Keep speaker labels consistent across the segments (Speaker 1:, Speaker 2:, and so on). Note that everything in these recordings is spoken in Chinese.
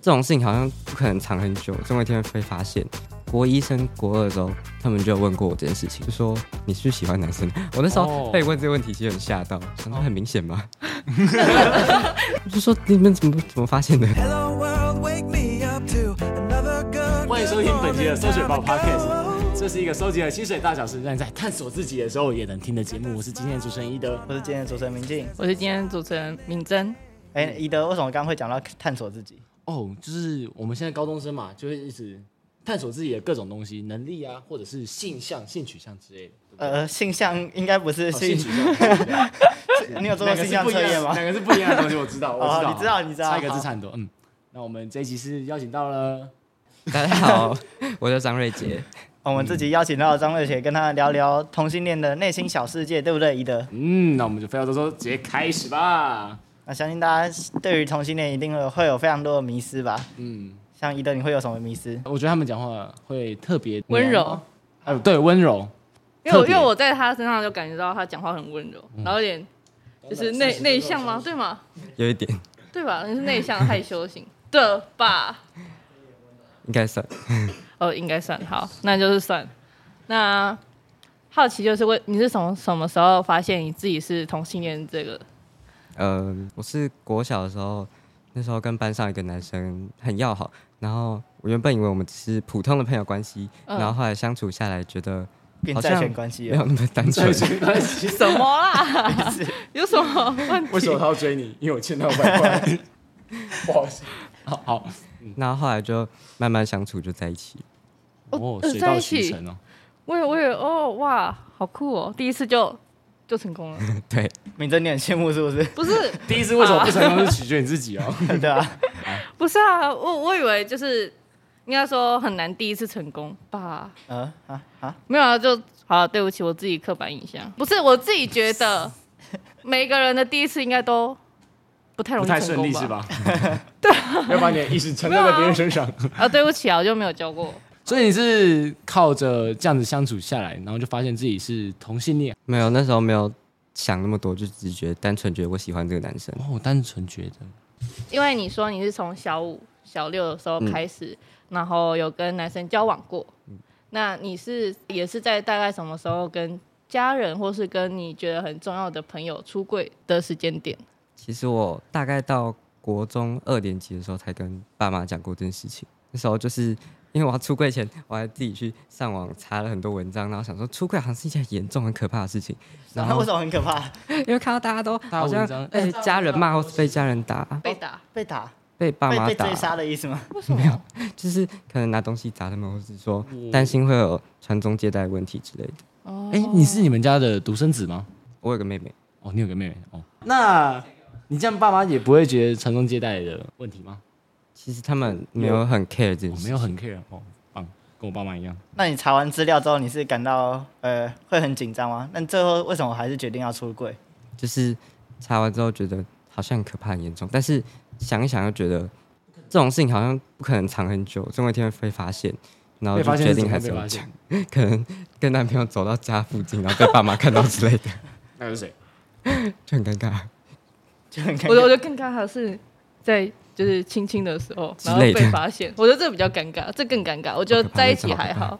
Speaker 1: 这种事情好像不可能藏很久，总有一天会被发现。国一升国二的时候，他们就有问过我这件事情，就说你是不是喜欢男生？ 我那时候
Speaker 2: 哦
Speaker 1: 被问这个问题，其实很吓到，想到很明显嘛。 我就说你们怎么怎么发现的？
Speaker 3: Hello world, wake me up to another good.
Speaker 2: 欢迎收听本期的《搜水报 Podcast》，这是一个收集了薪水大小事，让你在探索自己的时候也能听的节 目。我是今天的主持人一德。
Speaker 4: 我是今天的主持人明静。
Speaker 5: 我是今天主持人敏珍，
Speaker 4: 哎、宜德，为什么刚刚会讲到探索自己？
Speaker 2: 哦，就是我们现在高中生嘛，就会一直探索自己的各种东西、能力啊，或者是性向、性取向之类的。
Speaker 4: 呃，性向应该不是
Speaker 2: 哦性
Speaker 4: 性，
Speaker 2: 取向，
Speaker 4: 你有做
Speaker 2: 哪个
Speaker 4: 过性
Speaker 2: 是
Speaker 4: 向
Speaker 2: 不一
Speaker 4: 测验
Speaker 2: 样？
Speaker 4: 吗
Speaker 2: 哪？个是不一样的东西？我知道，我知道，
Speaker 4: 哦你知道你知道
Speaker 2: 差一个字
Speaker 4: 好
Speaker 2: 差很多。嗯，那我们这一集是邀请到了，
Speaker 1: 大家好，我叫张瑞杰。
Speaker 4: 我们自己邀请到张瑞雪跟他聊聊同性恋的内心小世界，对不对，宜德？
Speaker 2: 嗯，那我们就废话多说，直接开始吧。
Speaker 4: 那相信大家对于同性恋一定会有会有非常多的迷思吧？
Speaker 2: 嗯，
Speaker 4: 像宜德，你会有什么迷思？
Speaker 2: 我觉得他们讲话会特别
Speaker 5: 温柔
Speaker 2: 娘，哎、对，温 柔。
Speaker 5: 因为
Speaker 2: 特
Speaker 5: 我
Speaker 2: 别嗯
Speaker 5: 因为我在他身上就感觉到他讲话很温柔，然后有点就是内内向吗？对吗？
Speaker 1: 有一点
Speaker 5: 对吧？你是内向害羞型 的吧？
Speaker 1: 应该算
Speaker 5: 哦，应该算好，那就是算。那好奇就是为你是从什么时候发现你自己是同性恋 这个？
Speaker 1: 嗯，我是国小的时候，那时候跟班上一个男生很要好，然后我原本以为我们只是普通的朋友关系，
Speaker 5: 嗯
Speaker 1: 然后后来相处下来觉得
Speaker 4: 变
Speaker 1: 好
Speaker 4: 债
Speaker 1: 像
Speaker 4: 权关系
Speaker 1: 没有那么单纯
Speaker 2: 追。追关系，
Speaker 5: 什么啦？有什么 问题？
Speaker 2: 为什么他要追你？因为我欠他五百 块，不好意思。好好，
Speaker 1: 然后后来就慢慢相处就在一起。
Speaker 2: 哦，
Speaker 5: 呃
Speaker 2: 水
Speaker 5: 在
Speaker 2: 到
Speaker 5: 一
Speaker 2: 渠
Speaker 5: 起
Speaker 2: 成哦。
Speaker 5: 我也我也哦哇，好酷哦！第一次就就成功了，
Speaker 1: 对，
Speaker 4: 明真，你很羡慕是不是？
Speaker 5: 不是
Speaker 2: 第一次为什么不成功是取决你自己 哦。
Speaker 4: 对啊，
Speaker 5: 不是啊，我我以为就是应该说很难第一次成功吧？
Speaker 4: 呃啊啊，
Speaker 5: 没有啊，就好、对不起，我自己刻板印象，不是我自己觉 得每个人的第一次应该都不太容
Speaker 2: 不
Speaker 5: 易
Speaker 2: 太
Speaker 5: 成
Speaker 2: 顺
Speaker 5: 功
Speaker 2: 利是
Speaker 5: 吧？
Speaker 2: 吧？ 对，啊要把你的意识承担在别人身 上。
Speaker 5: 啊，对不起啊，我就没有教过。
Speaker 2: 所以你是靠着这样子相处下来，然后就发现自己是同性恋
Speaker 1: 没有那时候没有想那么多，就只觉得单纯觉得我喜欢这个男生。
Speaker 2: 哦。我单纯觉得，
Speaker 5: 因为你说你是从小五、小六的时候开始，
Speaker 2: 嗯
Speaker 5: 然后有跟男生交往过，那你是也是在大概什么时候跟家人或是跟你觉得很重要的朋友出柜的时间点？
Speaker 1: 其实我大概到国中二年级的时候才跟爸妈讲过这件事情。那时候就是因为我要出柜前，我还自己去上网查了很多文章，然后想说出柜好像是一件很严重、很可怕的事情。然
Speaker 4: 那为
Speaker 1: 后
Speaker 4: 什么很可怕？
Speaker 1: 因为看到大家都好
Speaker 2: 大文
Speaker 1: 像
Speaker 2: 章
Speaker 1: 被家人骂或是被家人打、
Speaker 5: 被打，
Speaker 4: 被打，
Speaker 1: 被爸
Speaker 4: 被
Speaker 1: 妈
Speaker 4: 被
Speaker 1: 打
Speaker 4: 追，杀的意思吗？
Speaker 5: 为什么？
Speaker 1: 就是可能拿东西砸他们，或是说担心会有传宗接代的问题之类的。
Speaker 5: 哦
Speaker 2: 哎、你是你们家的独生子吗？
Speaker 1: 我有个妹妹，
Speaker 2: 哦，你有个妹妹哦。那你这样爸妈也不会觉得传宗接代的问题吗？
Speaker 1: 其实他们没有很 care 这件
Speaker 2: 我
Speaker 1: 事
Speaker 2: 没有很 care 哦，棒，跟我爸妈一样。
Speaker 4: 那你查完资料之后，你是感到呃会很紧张吗？那你最后为什么还是决定要出柜？
Speaker 1: 就是查完之后觉得好像很可怕、很严重，但是想一想又觉得这种事情好像不可能藏很久，总有一天会被发现，然后
Speaker 2: 被
Speaker 1: 就
Speaker 2: 发现
Speaker 1: 决
Speaker 2: 是怎
Speaker 1: 定
Speaker 2: 么
Speaker 1: 还
Speaker 2: 会
Speaker 1: 是
Speaker 2: 被
Speaker 1: 要
Speaker 2: 发
Speaker 1: 讲
Speaker 2: 现，？
Speaker 1: 可能跟男朋友走到家附近，然后被爸妈看到之类的，
Speaker 2: 那是谁？
Speaker 1: 就很尴尬。
Speaker 4: 就很尴
Speaker 5: 我我
Speaker 4: 尬。
Speaker 5: 就更尴尬是在就是亲亲的时候，
Speaker 1: 之
Speaker 5: 然后
Speaker 1: 类
Speaker 5: 被
Speaker 1: 的
Speaker 5: 发现，我觉得这比较尴尬，这更尴尬。我觉得在一起还好，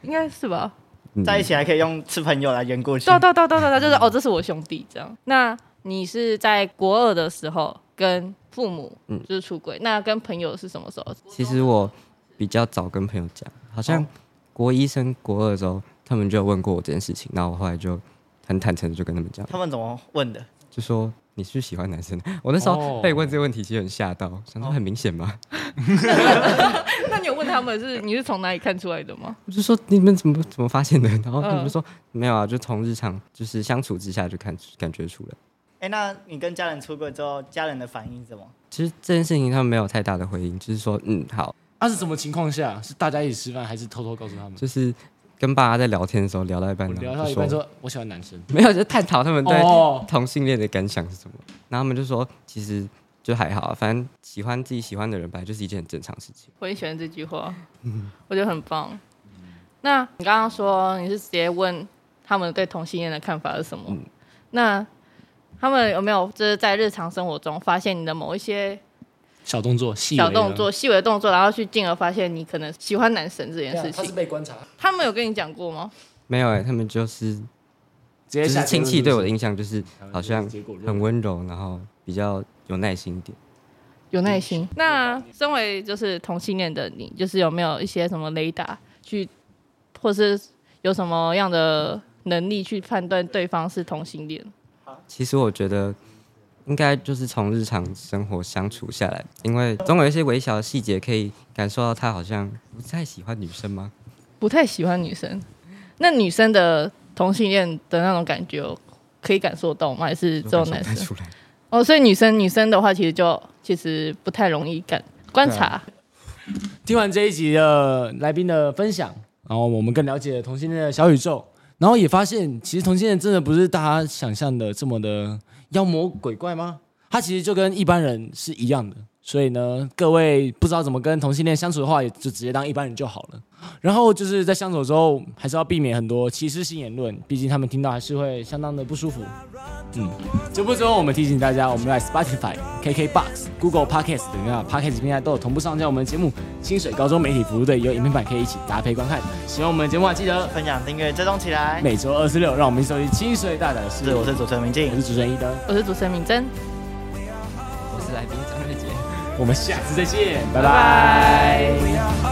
Speaker 5: 应该是吧？
Speaker 1: 嗯
Speaker 4: 在一起还可以用吃朋友来圆过去
Speaker 5: 对。啊对啊对啊对啊对啊，就是哦，这是我兄弟这样。那你是在国二的时候跟父母
Speaker 1: 嗯
Speaker 5: 就是出轨，那跟朋友是什么时候？
Speaker 1: 其实我比较早跟朋友讲，好
Speaker 2: 哦
Speaker 1: 像国一升国二的时候，他们就有问过我这件事情，然后我后来就很坦诚的就跟他们讲，
Speaker 4: 他们怎么问的？
Speaker 1: 就说你是不是喜欢男生？ 我那时候
Speaker 2: 哦
Speaker 1: 被问这个问题，其实很吓到，想说很明显嘛，
Speaker 5: 那你有问他们是你是从哪里看出来的吗？
Speaker 1: 我就说你们怎么怎么发现 的？然后他们
Speaker 5: 嗯
Speaker 1: 就说、没有啊，就从日常就是相处之下就看感觉出来。
Speaker 4: 哎、那你跟家人出柜之后，家人的反应是什么？
Speaker 1: 其实这件事情他们没有太大的回应，就是说嗯好，
Speaker 2: 那、是什么情况下？是大家一起吃饭，还是偷偷告诉他们？
Speaker 1: 就是跟爸妈在聊天的时候聊到一半，
Speaker 2: 我
Speaker 1: 然
Speaker 2: 聊
Speaker 1: 后
Speaker 2: 到
Speaker 1: 就
Speaker 2: 一半说，我喜欢男生。
Speaker 1: 没有，就探讨他们对
Speaker 2: 哦，
Speaker 1: 同性恋的感想是什么。然后他们就说其实就还好啊，反正喜欢自己喜欢的人本来就是一件很正常的事情。
Speaker 5: 我很喜欢这句话，
Speaker 2: 嗯
Speaker 5: 我觉得很棒。那你刚刚说你是直接问他们对同性恋的看法是什么？
Speaker 2: 嗯
Speaker 5: 那他们有没有就是在日常生活中发现你的某一些
Speaker 2: 小动作、细微
Speaker 5: 小
Speaker 2: 的
Speaker 5: 动作、细微的动作，然后去进而发现你可能喜欢男神这件
Speaker 2: 对啊
Speaker 5: 事
Speaker 2: 他是
Speaker 5: 情。
Speaker 2: 被观察，
Speaker 5: 他们有跟你讲过吗？
Speaker 1: 没有哎、
Speaker 2: 嗯
Speaker 1: 他们就是
Speaker 2: 直
Speaker 1: 就
Speaker 2: 接
Speaker 1: 是
Speaker 2: 下
Speaker 1: 亲戚对我的印象就是
Speaker 2: 论
Speaker 1: 好像
Speaker 2: 结果论
Speaker 1: 很温柔，然后比较有耐心一点。
Speaker 5: 有耐心。嗯那身为就是同性恋的你，就是有没有一些什么雷达去，或是有什么样的能力去判断对方是同性恋？
Speaker 1: 其实我觉得应该就是从日常生活相处下来，因为总有一些微小的细节可以感受到他好像不太喜欢女生吗？
Speaker 5: 不太喜欢女生，那女生的同性恋的那种感觉，可以感受到吗？还是只有
Speaker 1: 感
Speaker 5: 男
Speaker 1: 受不太
Speaker 5: 生？
Speaker 1: 出来。
Speaker 5: 哦，所以女生女生的话，其实就其实不太容易感观察。
Speaker 2: 听完这一集的来宾的分享，然后我们更了解同性恋的小宇宙，然后也发现其实同性恋真的不是大家想象的这么的妖魔鬼怪吗？他其实就跟一般人是一样的，所以呢，各位不知道怎么跟同性恋相处的话，也就直接当一般人就好了。然后就是在相处的时候，还是要避免很多歧视性言论，毕竟他们听到还是会相当的不舒服。嗯，节目最后我们提醒大家，我们在 Spotify、KKBox、Google Podcast 等各 Podcast 平台都有同步上架我们的节目。清水高中媒体服务队有影片版可以一起搭配观看。喜欢我们的节目啊，记得
Speaker 4: 分享、订阅、追踪起来。
Speaker 2: 每周二四六，让我们一起收集清水大胆的事
Speaker 4: 是，。我是主持人明
Speaker 2: 我
Speaker 4: 静，
Speaker 2: 是主持人一灯，
Speaker 1: 啊
Speaker 5: 我是主持人敏珍，
Speaker 1: 我是来宾张瑞杰。
Speaker 2: 我们下次再见，拜拜
Speaker 5: 拜
Speaker 3: We are